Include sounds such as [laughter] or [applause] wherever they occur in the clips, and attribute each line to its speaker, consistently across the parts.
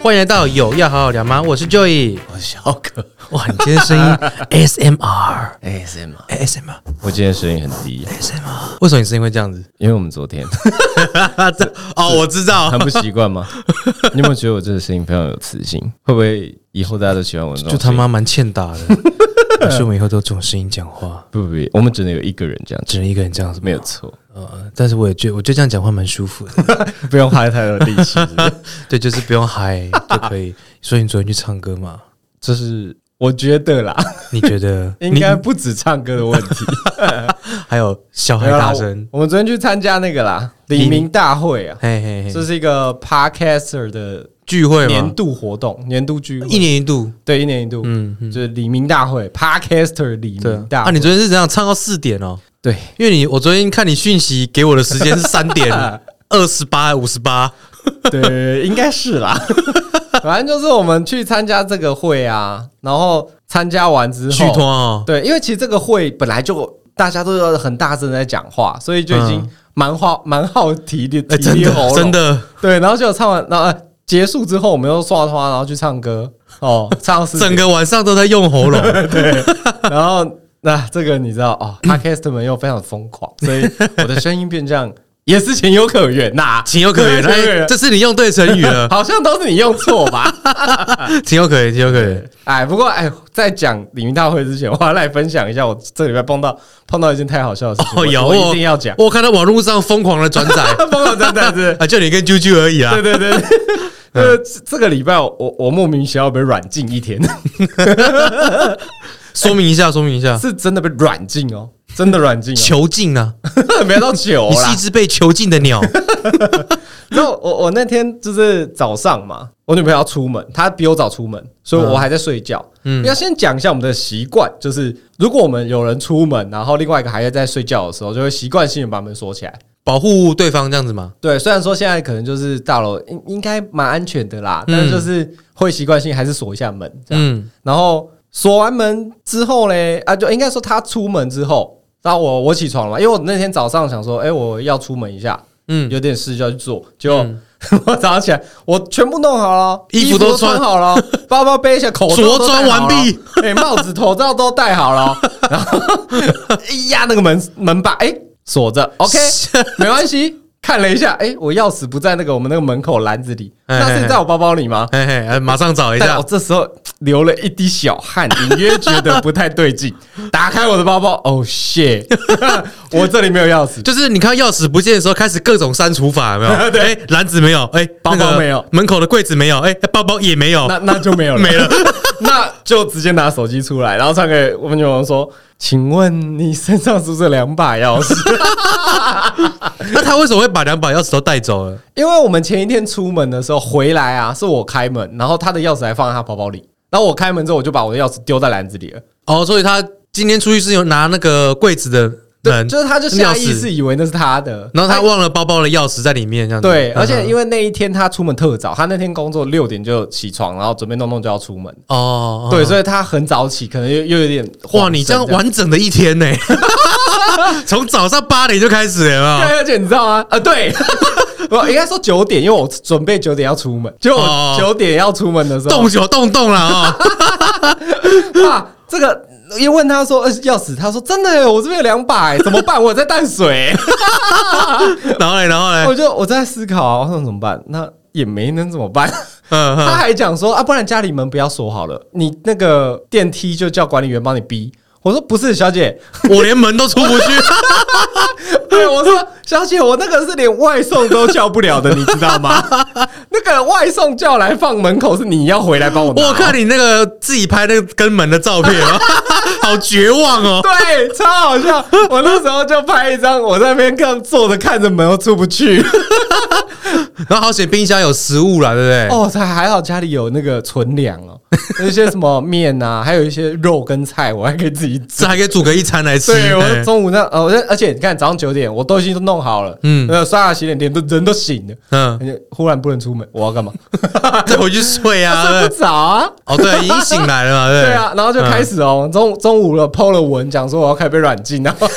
Speaker 1: 欢迎来到有要好好聊吗？我是 Joy。
Speaker 2: 我是小可
Speaker 1: 哇，你今天声 [laughs] 音 ASMR
Speaker 2: ASM，
Speaker 1: ASMR
Speaker 2: 我今天声音很低，
Speaker 1: ASMR，为什么你声音会这样子？
Speaker 2: 因为我们昨 [laughs] 天
Speaker 1: [laughs] 哦，我知道
Speaker 2: 很，不习惯吗？你有没有觉得我这个声音非常有磁性？会不会以后大家都喜欢我这种？
Speaker 1: 就他！妈哦蛮欠打 [laughs] 的。可是我们以后都这种声音讲话，
Speaker 2: 不不不，我们只能有一个人这样子，
Speaker 1: 只能一个人这样子。
Speaker 2: 没有错，
Speaker 1: 呃，但是我也觉得，我觉得这样讲话蛮舒服的。
Speaker 2: 不用花太多力气。是不是
Speaker 1: [laughs] 对，就是不用嗨就可以。所以你昨天去唱歌嘛？
Speaker 2: [laughs] 就是我觉得啦，
Speaker 1: 你觉 [laughs] 得
Speaker 2: 应该不止唱歌的问 [laughs] 题，
Speaker 1: 你还有小孩
Speaker 2: 没有啦
Speaker 1: 大声？
Speaker 2: 我。我们昨天去参加那个啦，
Speaker 1: 黎
Speaker 2: 黎明大会啊，
Speaker 1: 嘿嘿
Speaker 2: 这
Speaker 1: 嘿，
Speaker 2: 是一个 podcaster 的
Speaker 1: 聚会
Speaker 2: 年
Speaker 1: 嘛，
Speaker 2: 度活动，年度聚
Speaker 1: 一
Speaker 2: 会，
Speaker 1: 年一度。
Speaker 2: 对，一年一度，
Speaker 1: 嗯，嗯
Speaker 2: 就是黎明大会，podcaster 黎
Speaker 1: 对
Speaker 2: 明大
Speaker 1: 啊。
Speaker 2: 会。
Speaker 1: 啊，你昨天是怎样唱到四点哦？
Speaker 2: 对。啊
Speaker 1: 因为你我昨天看你讯息给我的时间是三
Speaker 2: [laughs]
Speaker 1: 点二十八五十八， [laughs]
Speaker 2: 对，应该是啦。 [laughs] 反正就是我们去参加这个会啊，然后参加完之
Speaker 1: 续托
Speaker 2: 后，
Speaker 1: 哦。
Speaker 2: 对，因为其实这个会本来就大家都有很大声地在讲话，所以就已经
Speaker 1: 嗯
Speaker 2: 蛮耗蛮耗体力，
Speaker 1: 哎、
Speaker 2: 体
Speaker 1: 真
Speaker 2: 力
Speaker 1: 的
Speaker 2: 喉咙
Speaker 1: 真的
Speaker 2: 对。然后就唱完，然后呃结束之后，我们又刷花，然后去唱歌哦，唱到四
Speaker 1: 整
Speaker 2: 点，
Speaker 1: 个晚上都在用喉咙，
Speaker 2: [laughs] 然后那、这个你知道
Speaker 1: [laughs]
Speaker 2: 哦，Podcast 们又非常疯狂，所以我的声音变这样也是情有可原呐、
Speaker 1: 情有可原。
Speaker 2: [laughs] 情有可
Speaker 1: 哎，
Speaker 2: 原
Speaker 1: 这次你用对成语
Speaker 2: [laughs]
Speaker 1: 了，
Speaker 2: 好像都是你用错吧？
Speaker 1: 情有可原，情有可原。
Speaker 2: 哎，不过哎，在讲李明大会之前，我要来分享一下我这礼拜碰到碰到一件太好笑的事情，
Speaker 1: 哦，有
Speaker 2: 我
Speaker 1: 我。
Speaker 2: 一定要讲 [laughs]
Speaker 1: 我看到网络上疯狂的转载
Speaker 2: 碰到真的
Speaker 1: [laughs]
Speaker 2: 是，
Speaker 1: 啊，就你跟啾啾而已啊
Speaker 2: 对。对对，对呃，这这个礼拜我我我莫名其妙被软禁
Speaker 1: [laughs]
Speaker 2: 一天，
Speaker 1: 说明一下，说明一下，
Speaker 2: 是啊真的被软禁哦，真的软
Speaker 1: [laughs]
Speaker 2: 禁哦，
Speaker 1: 囚禁啊，
Speaker 2: 没到酒
Speaker 1: 你是
Speaker 2: 啦
Speaker 1: 一。只被囚禁的
Speaker 2: [laughs]
Speaker 1: 鸟。
Speaker 2: 然后我我那天就是早上嘛，我女朋友要出门，她比我早出门，所以我还在睡觉。
Speaker 1: 嗯
Speaker 2: 要先讲一下我们的习惯，就是如果我们有人出门，然后另外一个还在睡觉的时候，就会习惯性的把门锁起来。
Speaker 1: 保护对方这样子嘛，
Speaker 2: 对，虽然说现在可能就是大楼应应该蛮安全的啦，
Speaker 1: 嗯
Speaker 2: 但是就是会习惯性还是啊锁一下门这样。
Speaker 1: 嗯，
Speaker 2: 然后锁完门之后嘞，啊，就应该说他出门之后，然后我我起床了嘛，因为我那天早上想说，哎、我要出门一下，
Speaker 1: 嗯
Speaker 2: 有点事就要去做，结果、 [laughs] 我早上起来，我全部弄好了，
Speaker 1: 衣服
Speaker 2: 服
Speaker 1: 都
Speaker 2: 都
Speaker 1: 穿
Speaker 2: 好了，包包背
Speaker 1: [laughs]
Speaker 2: 一下，口罩都
Speaker 1: 着装
Speaker 2: 戴好
Speaker 1: 完毕
Speaker 2: [laughs] 了，哎、帽子、头罩都戴
Speaker 1: [laughs]
Speaker 2: 好了，然后 [laughs] 哎呀，那个门门把哎、锁着，OK，没
Speaker 1: [laughs]
Speaker 2: 关系。看了一下，哎、我钥匙不在那个我们那个门口篮子里，
Speaker 1: 哎
Speaker 2: 那是在我包包里吗？
Speaker 1: 嘿嘿，哎马上找一
Speaker 2: 但
Speaker 1: 下
Speaker 2: 我，这时候流了一滴小汗，隐约觉得不太
Speaker 1: [laughs]
Speaker 2: 对劲。打开我的包包，哦、shit，我这里没有钥匙，
Speaker 1: 就是你看到钥匙不见的时候，开始各种删除法，有没 [laughs] 有？
Speaker 2: 对
Speaker 1: 哎，篮子没有，哎，
Speaker 2: 包包
Speaker 1: 那个
Speaker 2: 没有
Speaker 1: 门口的柜子没有，哎，包包也没有，
Speaker 2: 那那就没有了，
Speaker 1: 没了。
Speaker 2: [laughs] 那就直接拿手机出来，然后传给我们女王说：“请问你身上是不是两把钥匙 [laughs]
Speaker 1: 那他为什么会把两把钥匙都带走了？？”
Speaker 2: 因为我们前一天出门的时候回来啊，是我开门，然后他的钥匙还放在他包包里。然后我开门之后，我就把我的钥匙丢在篮子里了。
Speaker 1: 哦，所以他今天出去是有拿那个柜子的
Speaker 2: 对，
Speaker 1: 门，
Speaker 2: 就是他就下意识
Speaker 1: 钥匙，
Speaker 2: 以为那是他的。
Speaker 1: 然后他忘了包包的钥匙在里面，这样子。
Speaker 2: 对，而且
Speaker 1: 嗯
Speaker 2: 因为那一天他出门特早，他那天工作六点就起床，然后准备弄弄就要出门。
Speaker 1: 哦，
Speaker 2: 对，
Speaker 1: 以
Speaker 2: 所以他很早起，可能又又有点
Speaker 1: 哇，你这样
Speaker 2: 玩。
Speaker 1: 完整的一 [laughs] 天呢，从早上八点就开始了有没有，
Speaker 2: 对，而且你知道
Speaker 1: [laughs]
Speaker 2: 吗？啊，对，我应该说九点，因为我准备九点要出门，结果
Speaker 1: 哦
Speaker 2: 我九点要出门的时 [laughs] 候，
Speaker 1: 动酒动动了啊， [laughs]
Speaker 2: 啊，这个一问他说呃钥匙，他说真的耶，我这边有两把耶，怎么办？我在淡水耶， [laughs]
Speaker 1: 然后嘞，然后嘞，
Speaker 2: 我就我在思考啊，我说怎么办？那也没能怎么办。
Speaker 1: 嗯
Speaker 2: [laughs] 他
Speaker 1: 嗯，
Speaker 2: 还讲说啊，不然家里门不要锁好了，你那个电梯就叫管理员帮你逼。我说不是，小姐， [laughs]
Speaker 1: 我连门都出不去。
Speaker 2: 对，我说小姐，我那个是连外送都叫不了的，你知道吗？ [laughs] 那个外送叫来放门口是你要回来帮我拿。
Speaker 1: 我看你那个自己拍那个跟门的照片啊， [laughs] 好绝望哦！
Speaker 2: 对，超好笑。我那时候就拍一张，我在那边看坐着看着门又出不去。
Speaker 1: 然后好险冰箱有食物啦，对不对？
Speaker 2: 哦，才还好家里有那个存粮哦，有一些什么面啊，还有一些肉跟菜，我还可以自己
Speaker 1: 这还可以煮个一餐来吃。
Speaker 2: 对，
Speaker 1: 哎
Speaker 2: 我中午那呃，我那而且你看早上九点，我都已经都弄好了，
Speaker 1: 嗯
Speaker 2: 嗯，呃，刷牙洗脸，脸都人都醒了，
Speaker 1: 嗯，
Speaker 2: 而且忽然不能出门，我
Speaker 1: [laughs]
Speaker 2: 要干嘛？
Speaker 1: 再回去睡
Speaker 2: [laughs]
Speaker 1: 啊。对
Speaker 2: 睡
Speaker 1: 不
Speaker 2: 不
Speaker 1: 对
Speaker 2: 着啊。
Speaker 1: 哦，对，已经醒来了嘛，对不嗯
Speaker 2: 对啊，然后就开始哦，中中午了，PO 了文讲说我要开始被软禁，然后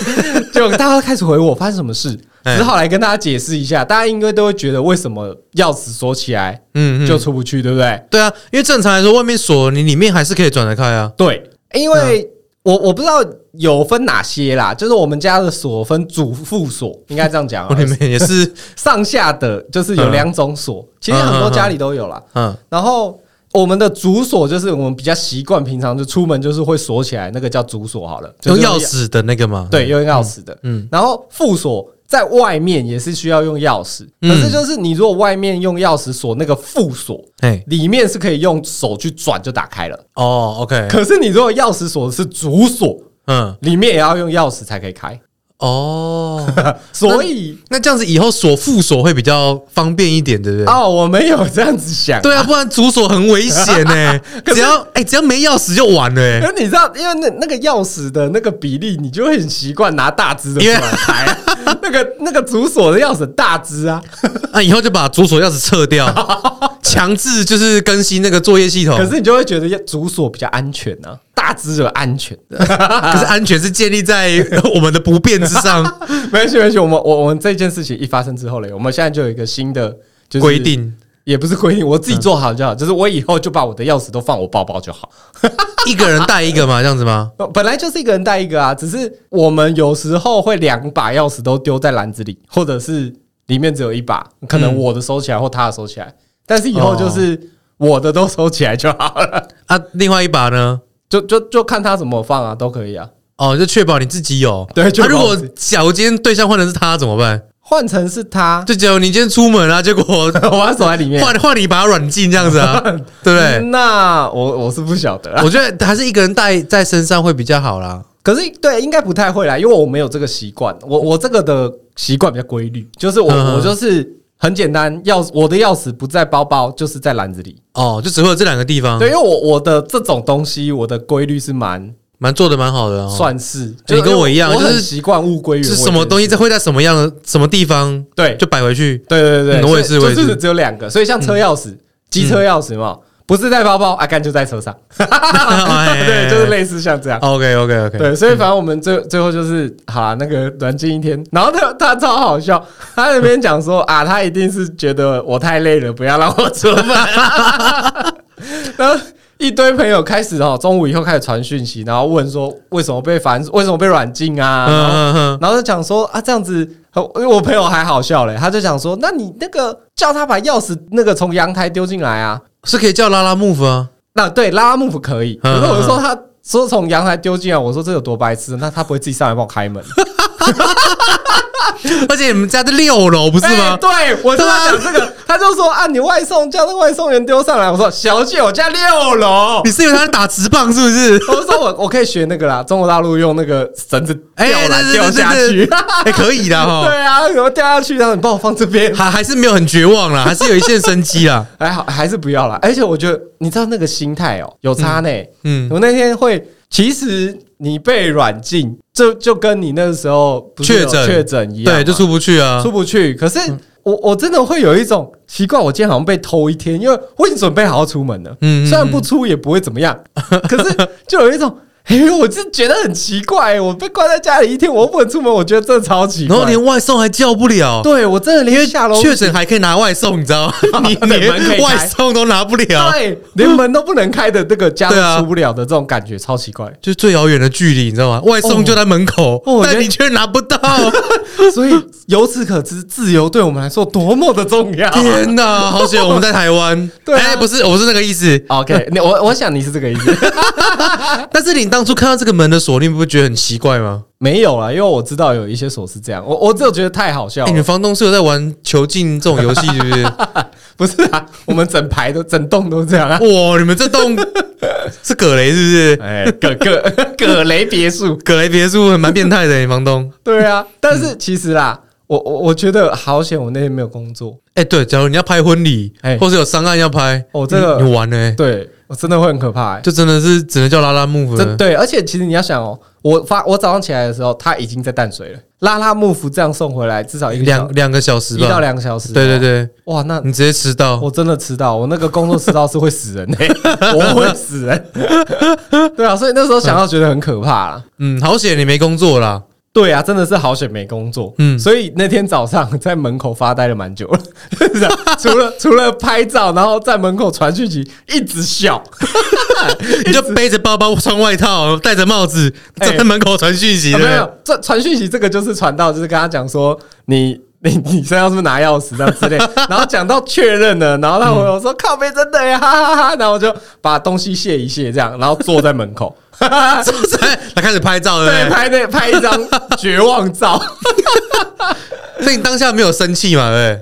Speaker 2: 结果大家都开始回我，发生什么事？
Speaker 1: 哎
Speaker 2: 只好来跟大家解释一下。大家应该都会觉得为什么钥匙锁起来
Speaker 1: 嗯，嗯
Speaker 2: 就出不去，对不对？
Speaker 1: 对啊，因为正常来说，外面锁你里面还是可以转得开啊。
Speaker 2: 对，因
Speaker 1: 嗯
Speaker 2: 为我我不知道有分哪些啦，就是我们家的锁分主副锁，应该这样讲啊
Speaker 1: 我，里面也是，
Speaker 2: 上下的就是有两种锁，其实很多家里都有啦。
Speaker 1: [laughs] 嗯，
Speaker 2: 然后我们的主锁就是我们比较习惯，平常就出门就是会锁起来，那个叫主锁好了，就
Speaker 1: 用
Speaker 2: 是
Speaker 1: 钥匙的那个嘛。
Speaker 2: 对，，用钥匙的。
Speaker 1: 嗯，
Speaker 2: 然后副锁在外面也是需要用钥匙，可是
Speaker 1: 嗯
Speaker 2: 就是你如果外面用钥匙锁那个副锁，
Speaker 1: 哎，
Speaker 2: 里面是可以用手去转就打开了。
Speaker 1: 哦，OK，
Speaker 2: 可是你如果钥匙锁是主锁，
Speaker 1: 嗯，
Speaker 2: 里面也要用钥匙才可
Speaker 1: [laughs]
Speaker 2: 以开，
Speaker 1: 哦，
Speaker 2: [laughs] 所以
Speaker 1: 那这样子以后锁副锁会比较方便一点，对不对？
Speaker 2: 哦，我没有这样子
Speaker 1: [laughs]
Speaker 2: 想。
Speaker 1: 对啊，不然主锁很危险 [laughs] 呢。只要哎，只要没钥匙就完了
Speaker 2: [laughs] 因
Speaker 1: [laughs] 欸。
Speaker 2: 为你知道，因为那那个钥匙的那个比例，你就会很习惯拿大只的
Speaker 1: 因为
Speaker 2: 出来开啊。 [laughs] 那个那个主锁的钥匙大只啊，
Speaker 1: 那以后就把主锁钥匙撤掉， [laughs] 强制就是更新那个作业系统。
Speaker 2: 可
Speaker 1: [laughs]
Speaker 2: 是你就会觉得主锁比较安全啊，大只的 [laughs] 安全。
Speaker 1: 可是安全是建立在 [laughs] 我们的不便之 [laughs] 上，
Speaker 2: 没关系，没关系。我们我我们这件事情一发生之后嘞，我们现在就有一个新的就是
Speaker 1: 规，定
Speaker 2: 也不是规定，我自己做好就好。就是我以后就把我的钥匙都放我包包就好。
Speaker 1: 一个人带一个嘛，这样子吗？
Speaker 2: 哦本来就是一个人带一个啊，只是我们有时候会两把钥匙都丢在篮子里，或者是里面只有一把，可
Speaker 1: 嗯
Speaker 2: 能我的收起来或他的收起来。但是以后就是我的都收起来就好了，
Speaker 1: 啊，另外一把呢？
Speaker 2: 就就就看他怎么放啊，都可以啊。
Speaker 1: 哦，就确保你自己有。
Speaker 2: 对确
Speaker 1: 啊、
Speaker 2: 保
Speaker 1: 如果
Speaker 2: 自己
Speaker 1: 假如今天对象换的是他怎么办？
Speaker 2: 换成是他，
Speaker 1: 就假如你今天出门啊， [laughs] 结果
Speaker 2: 我要锁在里面。
Speaker 1: 换换你把他软禁这样子啊，对不 [laughs] 对？
Speaker 2: 那我我是不晓得啊，
Speaker 1: 我觉得还是一个人带在身上会比较好啦。
Speaker 2: 可是对，应该不太会啦，因为我没有这个习惯。我我这个的习惯比较规律，就是我、
Speaker 1: 嗯
Speaker 2: 我就是很简单，钥匙我的钥匙不在包包，就是在篮子里。
Speaker 1: 哦，就只会有这两个地方
Speaker 2: 对，，因为我我的这种东西，我的规律是蛮
Speaker 1: 蛮做的蛮好的、哦。
Speaker 2: 算是，
Speaker 1: 你
Speaker 2: 就是
Speaker 1: 跟我一样
Speaker 2: 我
Speaker 1: 就是
Speaker 2: 很习惯物归原位
Speaker 1: 是
Speaker 2: 这件事。
Speaker 1: 什么东西在会在什么样的什么地方
Speaker 2: 对？
Speaker 1: 就摆回
Speaker 2: [laughs]
Speaker 1: 去？
Speaker 2: 对对对
Speaker 1: 嗯
Speaker 2: 对，
Speaker 1: 我也是嗯
Speaker 2: 所以
Speaker 1: 我也
Speaker 2: 就是是只有两个，所以像车钥匙、机车钥匙嘛，不是在包包，阿干就在车上。
Speaker 1: 哎
Speaker 2: [laughs] 对，就是类似像这样。
Speaker 1: OK OK OK。
Speaker 2: 对，所以反正我们最最后就是好啦那个软禁一天，然后他他超好笑，他在那边讲说啊，他一定是觉得我太累了，不要让我出门， [laughs] 然后。一堆朋友开始哦，中午以后开始传讯息，然后问说为什么被反，为什么被软禁啊？然后
Speaker 1: 嗯嗯嗯，
Speaker 2: 然后就讲说啊，这样子，呃因为我朋友还好笑嘞，他就讲说，那你那个叫他把钥匙那个从阳台丢进来啊，
Speaker 1: 是可以叫拉拉 move 啊。
Speaker 2: 那对拉拉幕府可以，
Speaker 1: 嗯
Speaker 2: 可是我说他说从阳台丢进来，我说这有多白痴，那他不会自己上来帮我开门
Speaker 1: 而且你们家在六楼不是
Speaker 2: 哎
Speaker 1: 吗？
Speaker 2: 对，我就在讲
Speaker 1: [laughs]
Speaker 2: 这个，他就说啊，你外送叫那个外送员丢上来，我说小姐，我家六楼。
Speaker 1: 你是以为他在打直棒是不是？
Speaker 2: 我就说我我可以学那个啦，中国大陆用那个绳子吊
Speaker 1: 哎
Speaker 2: 篮
Speaker 1: 对对对
Speaker 2: 掉下去，
Speaker 1: [laughs] 哎、可以的哈，
Speaker 2: [laughs] 对啊，然后掉下去，然后你帮我放这边， [laughs]
Speaker 1: 还还是没有很绝望啦，还是有一线生机啦。
Speaker 2: 还好还是不要啦。而且我觉得你知道那个心态哦、有差呢、
Speaker 1: 嗯，
Speaker 2: 我那天会，其实你被软禁，就就跟你那时候不是有
Speaker 1: 确诊
Speaker 2: 确诊一样嘛，
Speaker 1: 对，就出不去啊
Speaker 2: 出。不去。可是我我真的会有一种奇怪，我今天好像被偷一天，因为我已经准备好要出门了，
Speaker 1: 嗯嗯
Speaker 2: 虽然不出也不会怎么样， [laughs] 可是就有一种。哎、我就觉得很奇怪、我被关在家里一天，我又不能出门，我觉得真的超奇怪。
Speaker 1: 然后连外送还叫不了，
Speaker 2: 对我真的连下楼
Speaker 1: 确诊还可以拿外送，你知道
Speaker 2: [laughs]
Speaker 1: 吗？你
Speaker 2: 对门可以
Speaker 1: 连
Speaker 2: 开
Speaker 1: 外送都拿不了，
Speaker 2: 对，连门都不能开的这个家
Speaker 1: 啊对啊
Speaker 2: 都出不了的这种感觉，超奇怪。
Speaker 1: 就最遥远的距离，你知道吗？外送就在门口
Speaker 2: 哦，我觉
Speaker 1: 但
Speaker 2: 得
Speaker 1: 你却拿不
Speaker 2: [laughs]
Speaker 1: 到。
Speaker 2: 所以由此可知，自由对我们来说多么的重要。
Speaker 1: 天哪，好险我们在台湾。
Speaker 2: 对啊
Speaker 1: 哎，不是，我是那个意思。
Speaker 2: OK，你我我想你是这个意思， [laughs]
Speaker 1: 但是你当初看到这个门的锁，你不会觉得很奇怪吗？
Speaker 2: 没有啦，因为我知道有一些锁是这样，我我只有觉得太好笑
Speaker 1: 哎，你
Speaker 2: 了
Speaker 1: 们，房东是有在玩囚禁这种游戏，是不
Speaker 2: [laughs]
Speaker 1: 是？
Speaker 2: 不是啊，我们整排都整栋都
Speaker 1: [laughs]
Speaker 2: 这样啊，
Speaker 1: 哇，你们这
Speaker 2: [laughs]
Speaker 1: 栋是葛雷是不是？
Speaker 2: 哎，葛 [laughs] 葛葛雷别墅，
Speaker 1: 葛雷别墅嗯蛮变态的，你房
Speaker 2: [laughs]
Speaker 1: 东。
Speaker 2: 对啊，但是其实啦，我我我觉得好险，我那天没有工作，
Speaker 1: 哎、对，假如你要拍婚礼，
Speaker 2: 哎
Speaker 1: 或是有商案要拍，
Speaker 2: 哦这个
Speaker 1: 你你完了、欸，
Speaker 2: 对我真的会很可怕、欸，
Speaker 1: 就真的是只能叫拉拉木
Speaker 2: 真
Speaker 1: 了。
Speaker 2: 对，而且其实你要想哦，我发我早上起来的时候，他已经在淡水了，拉拉幕府这样送回来，至少一个小
Speaker 1: 两两个小时
Speaker 2: 一到
Speaker 1: 吧，
Speaker 2: 两个小时，
Speaker 1: 对对对，
Speaker 2: 哇，那
Speaker 1: 你直接迟到，
Speaker 2: 我真的迟到，我那个工作迟到是会死人的、我会死人。对啊，所以那时候想到觉得很可怕啦。 [laughs]
Speaker 1: 嗯，好险你没工作啦，
Speaker 2: 对啊，真的是好险没工作。嗯，所以那天早上 [laughs] 在门口发呆了蛮久了， [laughs] 啊除了除了拍照，然后在门口传讯息，一直笑。
Speaker 1: 你就背着包包、穿外套、戴着帽子，站在门口传讯息，
Speaker 2: 哎啊、
Speaker 1: 对
Speaker 2: 没
Speaker 1: 不对
Speaker 2: 有没有？，这传讯息这个就是传到，就是跟他讲说你。你你身上是不是拿钥匙这样之类？然后讲到确认了，然后他回我说靠背真的呀，哈哈哈！然后我就把东西卸一卸，这样，然后坐在门口， [laughs]
Speaker 1: 他开始拍照，对
Speaker 2: 对，
Speaker 1: 不
Speaker 2: 拍那拍一张绝望照。
Speaker 1: 对？所以你当下没有生气嘛？对不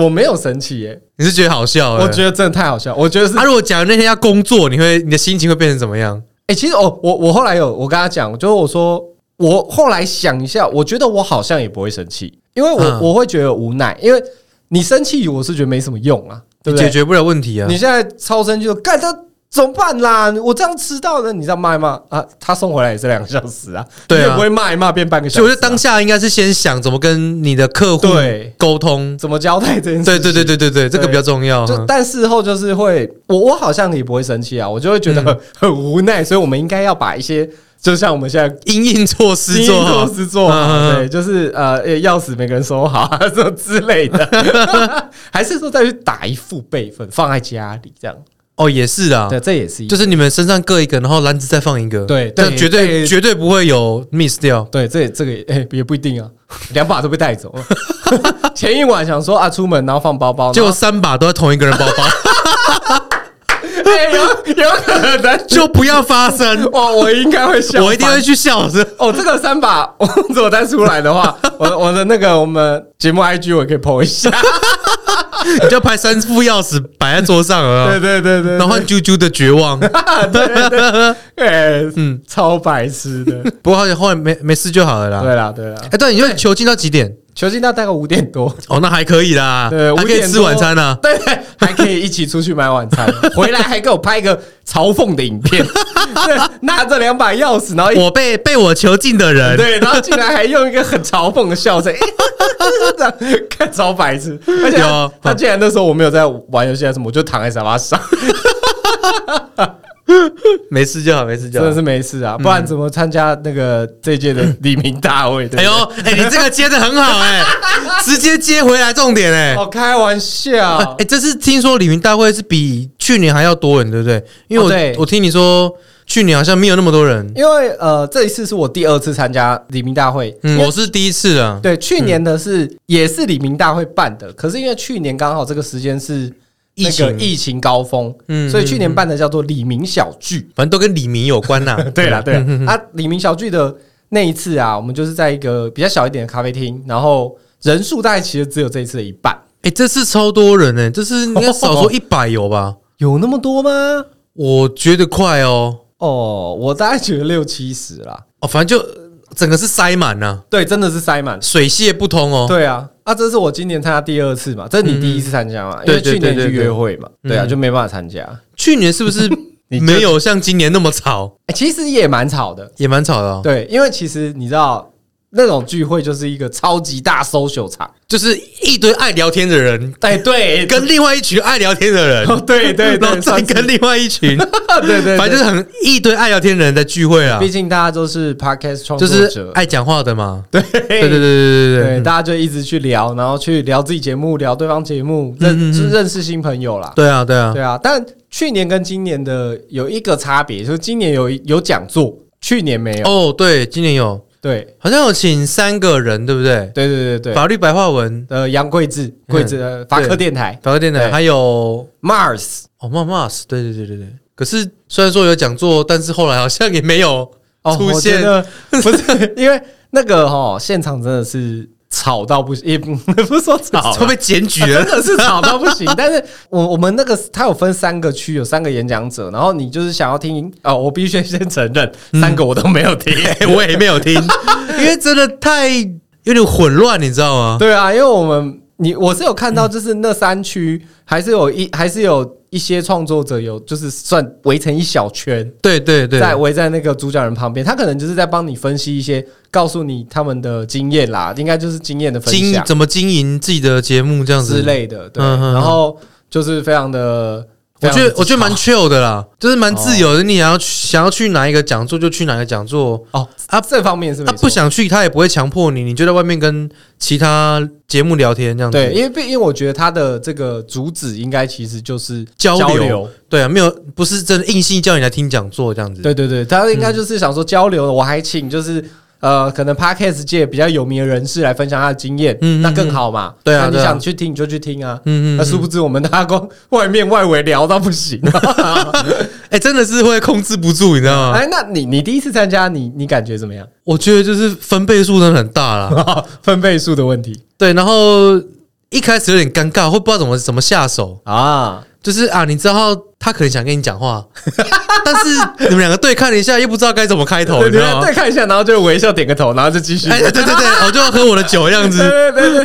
Speaker 1: 对，
Speaker 2: [laughs] 我没有生气耶，
Speaker 1: 你是觉得好笑？
Speaker 2: 我觉得真的太好笑。我觉得是
Speaker 1: 得，啊他如果假如那天要工作，你会你的心情会变成怎么样？
Speaker 2: 哎、其实哦，我我后来有我跟他讲，就是我说我后来想一下，我觉得我好像也不会生气，因为我、
Speaker 1: 嗯
Speaker 2: 我会觉得无奈，因为你生气，我是觉得没什么用啊，对
Speaker 1: 你
Speaker 2: 不
Speaker 1: 解
Speaker 2: 对？
Speaker 1: 决不了问题啊
Speaker 2: 你！现在超生气，就干他怎么办啦？我这样迟到了，你这样骂一骂啊，他送回来也是两个小时啊，
Speaker 1: 对啊
Speaker 2: 你也不会骂一骂变半个小
Speaker 1: 所以
Speaker 2: 时、啊，
Speaker 1: 我觉得当下应该是先想怎么跟你的客户
Speaker 2: 对
Speaker 1: 沟通。
Speaker 2: 怎么交代这件事，
Speaker 1: 对对对。对对对，这个比较重要。
Speaker 2: 就但事后就是会，我我好像也不会生气啊，我就会觉得
Speaker 1: 嗯
Speaker 2: 很,、 [laughs] 很无奈，所以我们应该要把一些，就像我们现在
Speaker 1: 因应措施做好，
Speaker 2: 是做好，
Speaker 1: 嗯嗯嗯
Speaker 2: 对，就是呃，呃钥匙每个人收好啊，什么之类的， [laughs] 还是说再去打一副备份放在家里这样？
Speaker 1: 哦，也是啊，
Speaker 2: 对，这也是一
Speaker 1: 就是你们身上各一个，然后篮子再放一个，
Speaker 2: 对
Speaker 1: 这样
Speaker 2: 对
Speaker 1: 绝对
Speaker 2: 对
Speaker 1: 绝对不会有 miss 掉。
Speaker 2: 对，这也这个 [laughs] 也、哎也不一定啊，两把都被带走 [laughs] 了。前一晚想说啊，出门然后放包包，
Speaker 1: 结
Speaker 2: 就
Speaker 1: 果三把都在同一个人包
Speaker 2: [laughs]
Speaker 1: 包，
Speaker 2: 哎、有有可能，
Speaker 1: 就不要发生。
Speaker 2: 哇，我应该会笑
Speaker 1: [laughs]
Speaker 2: 翻，
Speaker 1: 我一定会去笑的。
Speaker 2: 哦，这个三把，我如果再出来的话，我我的那个我们节目 IG 我也可以 PO 一下，
Speaker 1: 你就拍三副钥匙摆在桌上
Speaker 2: 对
Speaker 1: 啊，
Speaker 2: 对对对，
Speaker 1: 然后换啾啾的绝
Speaker 2: [laughs]
Speaker 1: 望。
Speaker 2: 哎，嗯，超白痴的，
Speaker 1: 不过好像后来没没事就 [laughs] 好了啦。
Speaker 2: 对啦对啦，
Speaker 1: 哎，对，你就囚禁到几点？
Speaker 2: 球进到大概五点多，
Speaker 1: 哦，那还可以啦，
Speaker 2: 对，
Speaker 1: 还
Speaker 2: 5
Speaker 1: 可
Speaker 2: 点
Speaker 1: 以
Speaker 2: 多
Speaker 1: 吃晚餐啊呢。
Speaker 2: 对，还可以一起出去买晚餐，回来还给我拍一个嘲讽的影片，对拿着两把钥匙，然后一
Speaker 1: 我被被我囚禁的人，
Speaker 2: 对，然后竟然还用一个很嘲讽的笑声， [laughs] 这样看超白痴，而且他
Speaker 1: 有啊
Speaker 2: 他竟然那时候我没有在玩游戏还是什么，我就躺在沙发上，
Speaker 1: 没事就好，没事就
Speaker 2: 真的
Speaker 1: 好。
Speaker 2: 是没事
Speaker 1: 嗯
Speaker 2: 啊，不然怎么参加那个这届的黎明大会？对不
Speaker 1: 哎
Speaker 2: 对 [laughs]
Speaker 1: 呦，哎，你这个接的很好，哎，直接接回来重点，哎。
Speaker 2: 哦，开玩笑
Speaker 1: [laughs] 哎、，这次听说李云大会是比去年还要多人，对不对？因为我、
Speaker 2: 哦对
Speaker 1: 我听你说去年好像没有那么多人，
Speaker 2: 因为呃，这一次是我第二次参加黎明大会，
Speaker 1: 嗯，我是第一次啊。
Speaker 2: 对，去年的是、也是李明大会办的，可是因为去年刚好这个时间是那
Speaker 1: 疫
Speaker 2: 个
Speaker 1: 情
Speaker 2: 疫情高峰，
Speaker 1: 嗯
Speaker 2: 所以去年办的叫做李明小
Speaker 1: [laughs]
Speaker 2: 聚。
Speaker 1: 反正都跟李明有关呐、
Speaker 2: [laughs] 对啦，对啦，啊，李明小聚的那一次啊，我们就是在一个比较小一点的咖啡厅，然后人数大概其实只有这一次的一半，
Speaker 1: 哎、这次超多人呢、这次应该少说一百有吧？
Speaker 2: 有那么多吗？
Speaker 1: 我觉得快哦，
Speaker 2: 哦，我大概觉得六七十啦。
Speaker 1: 哦，反正就整个是塞满了、
Speaker 2: 对，真的是塞满。
Speaker 1: 水泄不通哦。
Speaker 2: 对啊，啊，这是我今年参加第二次嘛，这是你第一次参加嘛？
Speaker 1: 嗯
Speaker 2: 因
Speaker 1: 对
Speaker 2: 为去
Speaker 1: 对
Speaker 2: 年
Speaker 1: 对
Speaker 2: 去
Speaker 1: 对对
Speaker 2: 约会嘛，对啊，
Speaker 1: 嗯
Speaker 2: 就没办法参加。
Speaker 1: 去年是不是
Speaker 2: [laughs] 你就
Speaker 1: 没有像今年那么吵，
Speaker 2: 哎其实也蛮吵的，
Speaker 1: 也蛮吵的、哦？
Speaker 2: 对，因为其实你知道，那种聚会就是一个超级大 social 场。
Speaker 1: 就是一堆爱聊天的人，
Speaker 2: 哎， [laughs] 对，
Speaker 1: [laughs] 跟另外一群爱聊天的人，
Speaker 2: 对对
Speaker 1: 然后
Speaker 2: 对，
Speaker 1: 再跟另外一群。
Speaker 2: [laughs] 对对，
Speaker 1: 反正就是很一堆爱聊天的人在聚会啊
Speaker 2: 毕，竟大家都是 podcast 创
Speaker 1: 就
Speaker 2: 作
Speaker 1: 是
Speaker 2: 者，
Speaker 1: 爱讲话的嘛。
Speaker 2: [laughs] 对
Speaker 1: 对对对嗯对对
Speaker 2: 对，
Speaker 1: 对
Speaker 2: 大家就一直去聊，然后去聊自己节目，聊对方节目，
Speaker 1: 嗯嗯
Speaker 2: 认
Speaker 1: 嗯
Speaker 2: 就是认识新朋友啦。
Speaker 1: 对啊对啊
Speaker 2: 对！啊，但去年跟今年的有一个差别，就是今年有有讲座，去年没有。
Speaker 1: 哦，对，今年有
Speaker 2: 对
Speaker 1: 好像有请三个人，对不对？
Speaker 2: 对对对对，
Speaker 1: 法律嗯白话文、
Speaker 2: 呃，杨贵志，贵志呃法科电台
Speaker 1: 法律电台，
Speaker 2: 对
Speaker 1: 还有哦
Speaker 2: Mars，
Speaker 1: ，Mars，m a s 对对对对对。可是虽然说有讲座，但是后来好像也没有
Speaker 2: 哦，
Speaker 1: 出
Speaker 2: 我觉
Speaker 1: 现。
Speaker 2: 得 [laughs] 不是因为那个哈、现场真的是吵到不行，也不不是
Speaker 1: [laughs]
Speaker 2: 说吵
Speaker 1: 会
Speaker 2: 啦，
Speaker 1: 被检举
Speaker 2: 真 [laughs]
Speaker 1: 了，
Speaker 2: 的是吵到不行。但是我我们那个它有分三个区，有三个演讲者，然后你就是想要听哦，我必须先承认，三个我都没有听。
Speaker 1: 哎嗯 [laughs] 我也没有听，因为真的太有点混乱，你知道吗？
Speaker 2: 对啊，因为我们你我是有看到，就是那三区还是有一还是有一些创作者有就是算围成一小圈，
Speaker 1: 对对对，
Speaker 2: 在围在那个主讲人旁边，他可能就是在帮你分析一些，告诉你他们的经验啦，应该就是经验的分
Speaker 1: 经
Speaker 2: 享啊
Speaker 1: 怎么经营自己的节目这样子
Speaker 2: 之类的，对。
Speaker 1: 嗯嗯嗯
Speaker 2: 然后就是非常的，
Speaker 1: 我
Speaker 2: 非常
Speaker 1: 觉
Speaker 2: 的
Speaker 1: 得我觉得蛮 chill 的啦，就是蛮自由的。你想要去想要去哪一个讲座就去哪个讲座，
Speaker 2: 哦
Speaker 1: 啊
Speaker 2: 啊，这方面是没
Speaker 1: 他不
Speaker 2: 错。
Speaker 1: 想去他也不会强迫你，你就在外面跟其他节目聊天这样子。
Speaker 2: 对，因为毕因为我觉得他的这个主旨应该其实就是
Speaker 1: 交流
Speaker 2: 流，
Speaker 1: 对啊，没有不是真的硬性叫你来听讲座这样子。
Speaker 2: 对对对，他应该就是想说交流。我还请
Speaker 1: 嗯
Speaker 2: 就是呃，可能 podcast 界比较有名的人士来分享他的经验，
Speaker 1: 嗯嗯
Speaker 2: 那更好嘛。
Speaker 1: 对啊
Speaker 2: 那
Speaker 1: 对
Speaker 2: 你
Speaker 1: 啊
Speaker 2: 想去听你就去听啊。
Speaker 1: 嗯嗯
Speaker 2: 那
Speaker 1: 嗯，
Speaker 2: 殊不知我们大家光外面外围聊到不行。啊
Speaker 1: [laughs] 哎、真的是会控制不住，你知道吗？
Speaker 2: 哎，那你你第一次参加，你你感觉怎么样？ [laughs]
Speaker 1: 我觉得就是分贝数真的很大啦。 [laughs]
Speaker 2: 分贝数的问题
Speaker 1: 对，然后一开始有点尴尬，会不知道怎么怎么下手，
Speaker 2: 啊，
Speaker 1: 就是啊，你知道他可能想跟你讲话， [laughs] 但是你们两个对看了一下，又不知道该怎么开头，
Speaker 2: 对
Speaker 1: 你知
Speaker 2: 对
Speaker 1: 道吗
Speaker 2: 对，？看一下，然后就微笑点个头，然后就继续。
Speaker 1: [laughs] 哎，对对对，对我就喝我的酒这样
Speaker 2: 对
Speaker 1: 子， [laughs]
Speaker 2: 对对对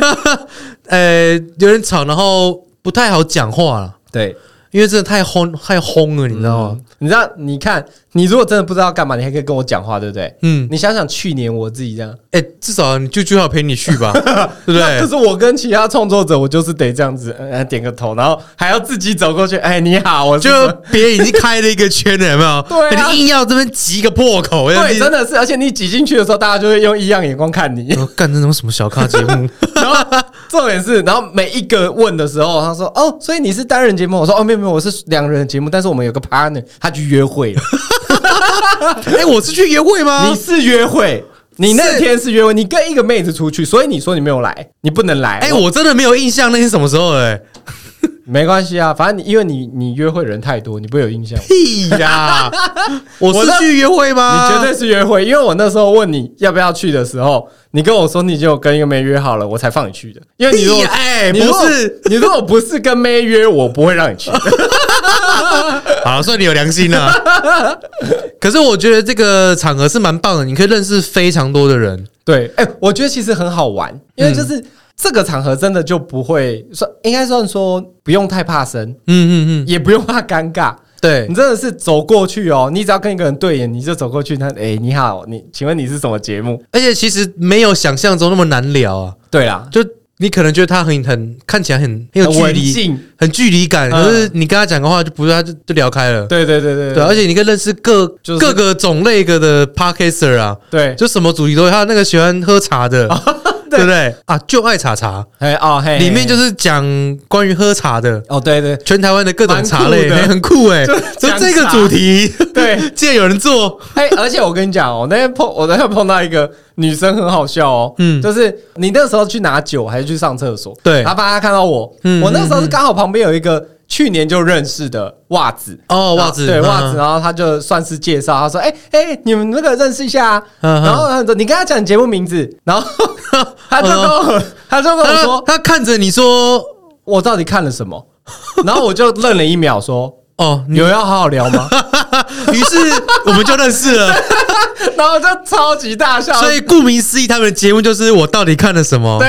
Speaker 1: 呃，有点吵，然后不太好讲话了，
Speaker 2: 对，
Speaker 1: 因为真的太轰太轰了，你
Speaker 2: 你
Speaker 1: 知道吗？？
Speaker 2: 你知道？你看，你如果真的不知道干嘛，你还可以跟我讲话，对不对？
Speaker 1: 嗯，
Speaker 2: 你想想去年我自己这样，
Speaker 1: 哎，至少你舅舅要陪你去吧，对不
Speaker 2: 可 [laughs]
Speaker 1: 对？
Speaker 2: 是我跟其他创作者，我就是得这样子，呃，点个头，然后还要自己走过去，哎，你好， [laughs] 我是
Speaker 1: 就别人已经开了一个圈了，有没有？
Speaker 2: 对啊
Speaker 1: 哎你硬要这边挤个破口，这样
Speaker 2: 对，
Speaker 1: 子
Speaker 2: 真的是，而且你挤进去的时候，大家就会用异样眼光
Speaker 1: [laughs]
Speaker 2: 看你。
Speaker 1: 我干那种什么小咖节
Speaker 2: [laughs]
Speaker 1: 目，
Speaker 2: 然后重点是，然后每一个问的时候，他说：“哦，所以你是单人节目？”我说：“哦，没有没有，我是两人的节目，但是我们有个 partner，他去约会
Speaker 1: [laughs]
Speaker 2: 了。
Speaker 1: 哎、我是去约会吗？
Speaker 2: 你是约会，你那
Speaker 1: 哦是
Speaker 2: 天是约会，你跟一个妹子出去，所以你说你没有来，你不能来。
Speaker 1: 哎、
Speaker 2: 哎，
Speaker 1: 我真的没有印象那是什么时候哎、
Speaker 2: 没关系啊，反正你因为你你约会人太多，你不会有印象。
Speaker 1: 屁呀、 [laughs] 我
Speaker 2: 我
Speaker 1: 是
Speaker 2: 那
Speaker 1: 去约会吗？
Speaker 2: 你绝对是约会，因为我那时候问你要不要去的时候，你跟我说你已经有跟一个妹约好了，我才放你去的。因为你如
Speaker 1: 屁
Speaker 2: 果
Speaker 1: 呀哎、
Speaker 2: 啊你如
Speaker 1: 不
Speaker 2: 果
Speaker 1: 是，
Speaker 2: [laughs] 你如果不是跟妹约，我不会让你 [laughs] 去。
Speaker 1: 好了，算你有良心了、
Speaker 2: [laughs]
Speaker 1: 可是我觉得这个场合是蛮棒的，你可以认识非常多的人。
Speaker 2: 对，哎、我觉得其实很好玩，因为就是这个场合真的就不会算，应该算说不用太怕生，
Speaker 1: 嗯嗯嗯，
Speaker 2: 也不用怕尴尬。
Speaker 1: 对
Speaker 2: 你真的是走过去哦，你只要跟一个人对眼，你就走过去，他哎、你好，你请问你是什么节目？
Speaker 1: 而且其实没有想象中那么难聊啊，
Speaker 2: 对啦，
Speaker 1: 就你可能觉得他很很看起来很很有
Speaker 2: 很
Speaker 1: 距
Speaker 2: 文
Speaker 1: 离，
Speaker 2: 静，
Speaker 1: 很距离感，
Speaker 2: 嗯
Speaker 1: 可是你跟他讲个话就不是他就就聊开了。
Speaker 2: 对对对对
Speaker 1: 对，而且你可以认识各、
Speaker 2: 就是
Speaker 1: 各个种类个的 podcaster 啊，
Speaker 2: 对，
Speaker 1: 就什么主题都有。还有那个喜欢喝茶
Speaker 2: [laughs]
Speaker 1: 的，对不对？啊，就爱茶茶，
Speaker 2: 哎哦嘿，
Speaker 1: 里面就是是讲关于喝茶的，
Speaker 2: 哦对对
Speaker 1: 全台湾的各种茶类，
Speaker 2: 蛮酷的
Speaker 1: 嘿很酷
Speaker 2: [laughs]
Speaker 1: 哎、
Speaker 2: 就
Speaker 1: 就
Speaker 2: 讲
Speaker 1: 这个
Speaker 2: 茶
Speaker 1: 主题， [laughs]
Speaker 2: 对，
Speaker 1: 竟然有人做，
Speaker 2: 哎、而且我跟你讲哦，那天碰我那天碰到一个女生很好笑哦，
Speaker 1: 嗯
Speaker 2: 就是你那时候去拿酒还是去上厕所，
Speaker 1: 对
Speaker 2: 她怕她看到我，
Speaker 1: 嗯
Speaker 2: 我那时候是刚好旁边有一个去年就认识的袜子。
Speaker 1: 哦，袜子，
Speaker 2: 啊对
Speaker 1: 嗯
Speaker 2: 袜子，，然后她就算是介绍，她说：“哎、哎、你们那个认识一下、啊。
Speaker 1: 嗯嗯
Speaker 2: 然后她说：“你跟她讲你节目名字。”
Speaker 1: [laughs]
Speaker 2: 然后她就跟
Speaker 1: 嗯
Speaker 2: 我，她就跟我
Speaker 1: 他
Speaker 2: 说
Speaker 1: 他看着你说，：“
Speaker 2: 我到底看了什么？”然后我就愣了一秒，说
Speaker 1: 哦：“，你
Speaker 2: 有要好好聊吗 [laughs]
Speaker 1: 于是我们就认识了。？”
Speaker 2: 然后我就超级大笑，
Speaker 1: 所以顾名思义，他们的节目就是我到底看了什么？
Speaker 2: 对，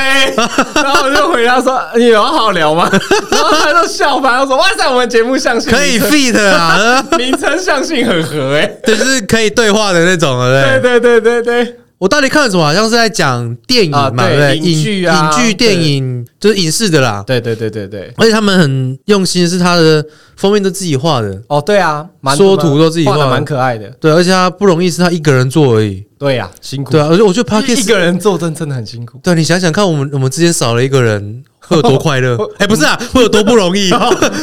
Speaker 2: 然后我就回答说：“你有好聊吗？” [laughs] 然后他就笑翻，他说：“哇塞，我们节目相信
Speaker 1: 可以 fit
Speaker 2: [laughs]
Speaker 1: 啊，
Speaker 2: 名称相信很合哎、欸。
Speaker 1: 对，就是可以对话的那种，对不” [laughs] 对？
Speaker 2: 对对对对对
Speaker 1: 我到底看了什么？好像是在讲电影嘛，
Speaker 2: 啊
Speaker 1: 对不对？
Speaker 2: 对影剧啊
Speaker 1: 影剧、电影就是影视的啦。
Speaker 2: 对对对对对。
Speaker 1: 而且他们很用心，是他的封面都自己画的，
Speaker 2: 哦，对啊，蛮
Speaker 1: 缩图都自己画
Speaker 2: 画
Speaker 1: 的
Speaker 2: 的蛮可爱的。
Speaker 1: 对，而且他不容易，是他一个人做而已，
Speaker 2: 对呀、啊，辛苦。
Speaker 1: 对啊。而且我觉得
Speaker 2: 一一
Speaker 1: Parkes，
Speaker 2: 个人做真真的很辛苦。
Speaker 1: 对啊你想想看，我们我们之间少了一个人，会有多快
Speaker 2: [laughs]
Speaker 1: 乐？哎，不是啊，会有多不容易？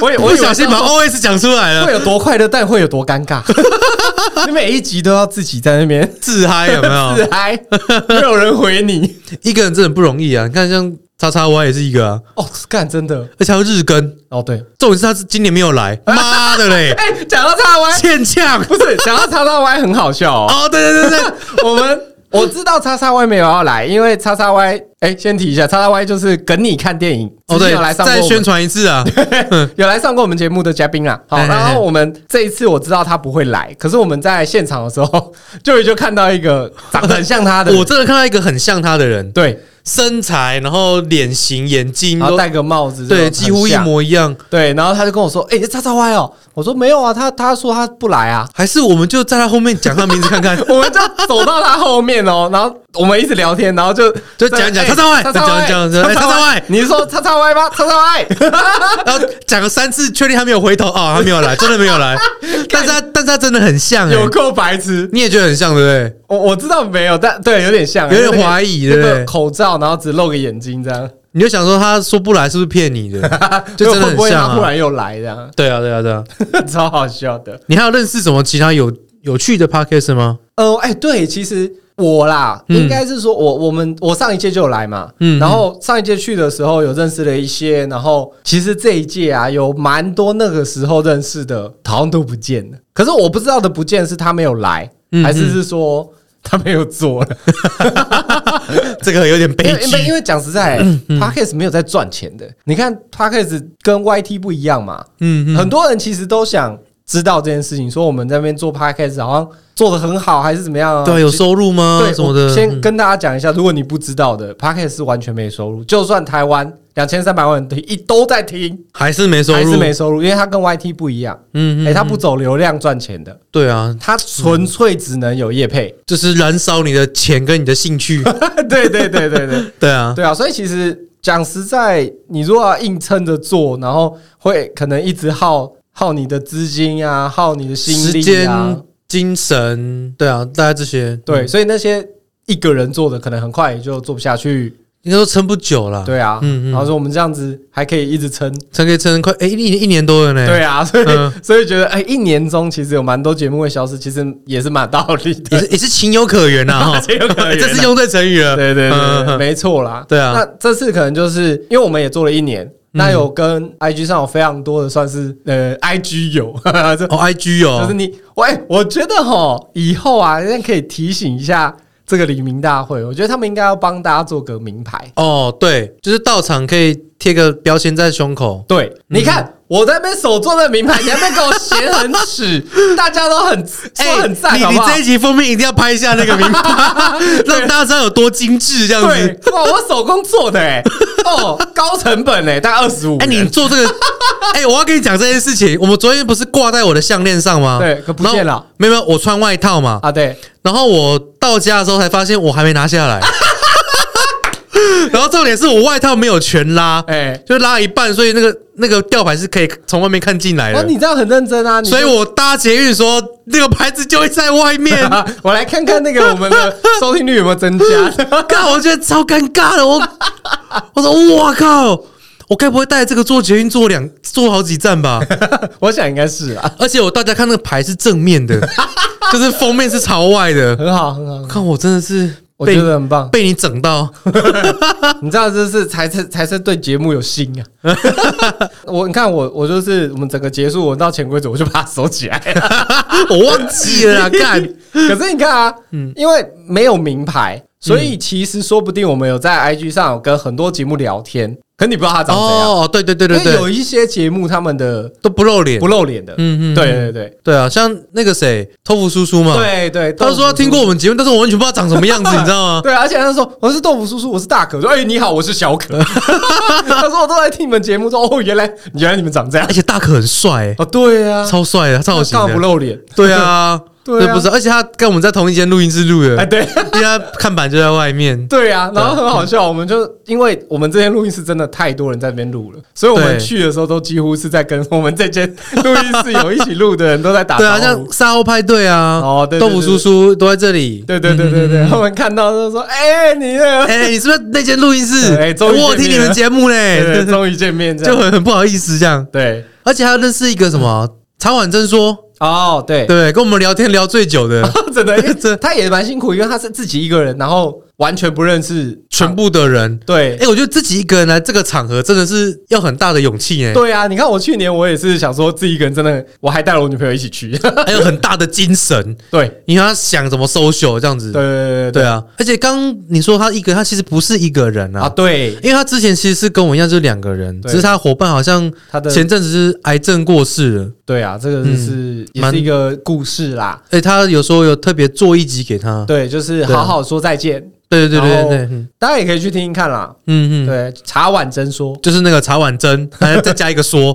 Speaker 2: 我也我
Speaker 1: 不
Speaker 2: 以为
Speaker 1: 小心把 OS 讲出来了
Speaker 2: 会，有多快乐，但会有多尴 [laughs] 尬。你每一集都要自己在那边
Speaker 1: 自嗨有没
Speaker 2: 自 [laughs]
Speaker 1: 有？
Speaker 2: 嗨，没有人回你。
Speaker 1: 一个人真的不容易啊！你看，像叉叉 Y 也是一个啊，
Speaker 2: 哦，干真的。
Speaker 1: 而且还有日更，
Speaker 2: 哦，对。
Speaker 1: 重点是他是今年没有
Speaker 2: [laughs]
Speaker 1: 来，妈的嘞，
Speaker 2: 哎、讲到叉 [laughs] 歪，
Speaker 1: 欠呛！
Speaker 2: 不是讲到叉叉歪很好笑哦。
Speaker 1: 哦，对对对对，
Speaker 2: [laughs] 我们我知道叉叉 Y 没有要来，因为叉叉 Y 哎、先提一下，叉叉 Y 就是跟你看电影，
Speaker 1: 哦
Speaker 2: 之前
Speaker 1: 对
Speaker 2: 有来，上过
Speaker 1: 再
Speaker 2: 我
Speaker 1: 宣
Speaker 2: 们
Speaker 1: 传一次啊！
Speaker 2: 有来上过我们节目的嘉宾啦。好，
Speaker 1: 嘿嘿嘿
Speaker 2: 然后我们这一次我知道他不会来，可是我们在现场的时候， [laughs] 就就看到一个长得很像 [laughs] 他的人，
Speaker 1: 我真的看到一个很像他的人，
Speaker 2: 对，
Speaker 1: 身材，然后脸型、眼睛
Speaker 2: 然后
Speaker 1: 都
Speaker 2: 戴个帽子，
Speaker 1: 对，
Speaker 2: 这种
Speaker 1: 几乎
Speaker 2: 很
Speaker 1: 一
Speaker 2: 像，
Speaker 1: 模一样。
Speaker 2: 对，然后他就跟我说，哎、叉叉 Y 哦，我说没有啊，他他说他不来啊，，
Speaker 1: 还是我们就在他后面讲他名字看看
Speaker 2: [laughs] 我们就走到他后面哦，然后我们一直聊天，然后就
Speaker 1: 就讲一讲
Speaker 2: 哎
Speaker 1: 叉叉 Y，
Speaker 2: 叉叉
Speaker 1: 讲
Speaker 2: Y，
Speaker 1: 讲讲哎叉叉 Y
Speaker 2: 你是说叉叉 Y 吗？叉
Speaker 1: [laughs]
Speaker 2: 叉 Y，
Speaker 1: 然后讲了三次，确定他没有回头啊、哦，他没有
Speaker 2: [laughs]
Speaker 1: 来，真的没有来。但是他但是他真的很像、
Speaker 2: 有
Speaker 1: 欸，
Speaker 2: 够白痴，
Speaker 1: 你也觉得很像对不
Speaker 2: 我我知道没有，但对，有点像，
Speaker 1: 对？有点怀疑
Speaker 2: 那
Speaker 1: 对
Speaker 2: 个
Speaker 1: 不
Speaker 2: 那个
Speaker 1: 对？
Speaker 2: 口罩，然后只露个眼睛这样，
Speaker 1: 你就想说他说不来是不是骗你的？ [laughs]
Speaker 2: [laughs]
Speaker 1: 就真的
Speaker 2: 会不
Speaker 1: 很
Speaker 2: 会
Speaker 1: 像
Speaker 2: 他忽
Speaker 1: 啊。
Speaker 2: 然又来这样， [laughs]
Speaker 1: 对啊对啊对啊，
Speaker 2: 超好笑的。
Speaker 1: 你还有认识什么其他有有趣的 podcast 吗？
Speaker 2: 呃，哎、对，其实我啦，
Speaker 1: 嗯
Speaker 2: 应该是说我我们我上一届就有来嘛，
Speaker 1: 嗯
Speaker 2: 然后上一届去的时候有认识了一些，然后其实这一届啊有蛮多那个时候认识的，好像都不见了。可是我不知道的不见是他没有来，
Speaker 1: 嗯
Speaker 2: 还是是说他没有做了？
Speaker 1: 这个有点 [laughs] 悲
Speaker 2: 因为因为因
Speaker 1: 剧。嗯
Speaker 2: 为讲实在、p o d c a s t 没有在赚钱的。你看 Podcast 跟 YT 不一样嘛，
Speaker 1: 嗯嗯，
Speaker 2: 很多人其实都想知道这件事情，说我们在那边做 Podcast 好像做的很好，还是怎么样啊？
Speaker 1: 对啊，有
Speaker 2: 其实
Speaker 1: 收入吗？
Speaker 2: 对，
Speaker 1: 什么
Speaker 2: 我
Speaker 1: 的？
Speaker 2: 先
Speaker 1: 嗯
Speaker 2: 跟大家讲一下，如果你不知道的 p o c k e t 是完全没收入，就算台湾两千三百万人听一都在听，
Speaker 1: 还是没收入，
Speaker 2: 还是没收入，因为它跟 YT 不一样，
Speaker 1: 嗯，嗯
Speaker 2: 哎，它不走流量赚钱的，
Speaker 1: 对啊，
Speaker 2: 它纯粹只能有业
Speaker 1: [laughs]
Speaker 2: 配。
Speaker 1: 就是燃烧你的钱跟你的兴
Speaker 2: [laughs]
Speaker 1: 趣，
Speaker 2: 对对对
Speaker 1: [laughs]
Speaker 2: 对对
Speaker 1: 对啊，
Speaker 2: 对啊！所以其实讲实在，你如果要硬撑着做，然后会可能一直耗耗你的资金啊，耗你的心
Speaker 1: 时
Speaker 2: 力啊
Speaker 1: 间、，精神，对啊，大概这些，
Speaker 2: 对，
Speaker 1: 嗯，
Speaker 2: 所以那些一个人做的，可能很快也就做不下去。
Speaker 1: 应该说撑不久了，，
Speaker 2: 对啊，
Speaker 1: 嗯嗯
Speaker 2: 然后说我们这样子还可以一直撑，
Speaker 1: 撑可以撑快，哎，一一年多了呢，
Speaker 2: 对啊，所以、
Speaker 1: 嗯
Speaker 2: 所以觉得哎、一年中其实有蛮多节目会消失，其实也是蛮道理
Speaker 1: 也
Speaker 2: 的，
Speaker 1: 是也是情有可原
Speaker 2: [laughs]，
Speaker 1: 呐，哈
Speaker 2: 情有可
Speaker 1: [laughs]
Speaker 2: 原啊
Speaker 1: 这是用对成语了，
Speaker 2: 对对对
Speaker 1: 嗯
Speaker 2: 对，
Speaker 1: 嗯
Speaker 2: 没错啦。
Speaker 1: 对啊嗯
Speaker 2: 那这次可能就是因为我们也做了一年。那有跟 IG 上有非常多的算是呃 IG 友， [laughs] 就
Speaker 1: 哦，I G
Speaker 2: 就
Speaker 1: 哦
Speaker 2: 是，你喂、我觉得哈以后啊，人家可以提醒一下这个黎明大会，我觉得他们应该要帮大家做个名牌。
Speaker 1: 哦，对，就是到场可以贴个标签在胸口，
Speaker 2: 对，
Speaker 1: 嗯
Speaker 2: 你看我在那边手做的名牌，你还没给我嫌很耻， [laughs] 大家都很说很赞，
Speaker 1: 哎你
Speaker 2: 好
Speaker 1: 你
Speaker 2: 不好
Speaker 1: 这一集封面一定要拍一下那个名
Speaker 2: [laughs]
Speaker 1: 牌，让大家知道有多精致这样
Speaker 2: 对
Speaker 1: 子。，
Speaker 2: 哇，我手工做的哎、哦，高成本哎、大概二十五。
Speaker 1: 哎，你做这
Speaker 2: [laughs]
Speaker 1: 个，哎，我要跟你讲这件事情。我们昨天不是挂在我的项链上吗？
Speaker 2: 对可不见了
Speaker 1: 然后。没有没有，我穿外套嘛，
Speaker 2: 啊？对，
Speaker 1: 然后我到家的时候才发现我还没拿下
Speaker 2: [laughs]
Speaker 1: 来。然后重点是我外套没有全拉，
Speaker 2: 哎、
Speaker 1: 就拉一半，所以那个那个吊牌是可以从外面看进来
Speaker 2: 哦，
Speaker 1: 的。
Speaker 2: 你这样很认真啊，你
Speaker 1: 哎所以
Speaker 2: [laughs]
Speaker 1: 我搭捷运的时候，那个牌子就会在外面。
Speaker 2: 啊我来看看那个我们的收听率有没有增加。 [laughs]
Speaker 1: 靠，我觉得超尴尬的。我我说，哇靠，我该不会带这个坐捷运坐两坐好几站吧？
Speaker 2: 我想应该是啊，
Speaker 1: 而且我大家看那个牌是正面的，就是封面是朝外的。
Speaker 2: 很好，很好，
Speaker 1: 看我真的是
Speaker 2: 我
Speaker 1: 被
Speaker 2: 觉得很棒。
Speaker 1: 被你整到，
Speaker 2: 你知道这是才是才是对节目有心啊。 [laughs] 我你看我我就是我们整个结束，我到潜规则我就把它收起来了。
Speaker 1: 我忘记了
Speaker 2: [laughs]
Speaker 1: 啦，干。
Speaker 2: 可是你看啊，
Speaker 1: 嗯
Speaker 2: 因为没有名牌，所以其实说不定我们有在 IG 上有跟很多节目聊天，可你不知道他长怎样。
Speaker 1: 哦，对对对对
Speaker 2: 因为有
Speaker 1: 对，
Speaker 2: 一些节目他们的
Speaker 1: 都不露脸
Speaker 2: 不。露脸的，
Speaker 1: 嗯嗯嗯
Speaker 2: 对对对
Speaker 1: 对啊，像那个谁，托福叔叔嘛，，
Speaker 2: 对对，
Speaker 1: 他说他听过我们节目，但是我完全不知道长什么样子，你知道吗？
Speaker 2: 豆腐叔叔。对，而且他说我是豆腐叔叔，我是大可。我说哎，你好，我是
Speaker 1: [laughs]
Speaker 2: 小可。他说我都在听你们节目，说哦，原来原来你们长这样
Speaker 1: 而。且大可很帅、欸，
Speaker 2: 哦，对啊，
Speaker 1: 超帅的造型
Speaker 2: 干嘛不
Speaker 1: 的，
Speaker 2: 露脸？
Speaker 1: 对 [laughs] 啊，
Speaker 2: 对啊
Speaker 1: 这不是，而且他跟我们在同一间录音室录的，
Speaker 2: 哎，对
Speaker 1: 因为他看板就在外面，
Speaker 2: 对啊，然后很好笑，我们就因为我们这间录音室真的太多人在那边录了，所以我们
Speaker 1: 对
Speaker 2: 去的时候都几乎是在跟我们这间录音室有一起录的人都在打
Speaker 1: 对啊，
Speaker 2: 招呼
Speaker 1: 像沙鸥派对啊，
Speaker 2: 哦对对
Speaker 1: 豆腐叔叔都在这里，
Speaker 2: 对对对对
Speaker 1: 嗯
Speaker 2: 对，他们看到就说：“哎、你那个，
Speaker 1: 哎、你是不是那间录音室？
Speaker 2: 哎终于见面了
Speaker 1: 我有听你们节目嘞，
Speaker 2: 对对终于见面这
Speaker 1: 就
Speaker 2: 样。
Speaker 1: 很很不好意思这样”，
Speaker 2: 对，
Speaker 1: 而且还认识一个什么曹婉珍说，
Speaker 2: 哦，对，啊
Speaker 1: 对，跟我们聊天聊最久的
Speaker 2: [laughs] 真的，因为
Speaker 1: 这
Speaker 2: 他也蛮辛苦，因为他是自己一个人，然后完全不认识
Speaker 1: 全部的人，
Speaker 2: [laughs] 对
Speaker 1: 哎、我觉得自己一个人来这个场合真的是要很大的勇气哎、
Speaker 2: 对啊，你看我去年我也是想说自己一个人，真的，我还带了我女朋友一起去。 [laughs] 对
Speaker 1: 还有很大的精神，
Speaker 2: 对
Speaker 1: 你要想怎么 social 这样子，
Speaker 2: 对对对
Speaker 1: 对啊，而且刚你说他一个，他其实不是一个人
Speaker 2: 啊，
Speaker 1: 啊。
Speaker 2: 对，
Speaker 1: 因为他之前其实是跟我一样，就是两个人，
Speaker 2: 对
Speaker 1: 只是他伙伴好像
Speaker 2: 他的
Speaker 1: 前阵子是癌症过世了，
Speaker 2: 对啊，这个是、也
Speaker 1: 蛮
Speaker 2: 是一个故事啦。
Speaker 1: 哎，他有时候有特别做一集给他，
Speaker 2: 对，就是
Speaker 1: 对啊
Speaker 2: 好好说再见。
Speaker 1: 对对对对
Speaker 2: 然后
Speaker 1: 对，嗯
Speaker 2: 大家也可以去听听看啦。
Speaker 1: 嗯嗯，
Speaker 2: 对，茶碗真说，
Speaker 1: 就是那个茶碗
Speaker 2: [laughs]
Speaker 1: 蒸，还要再加一个说，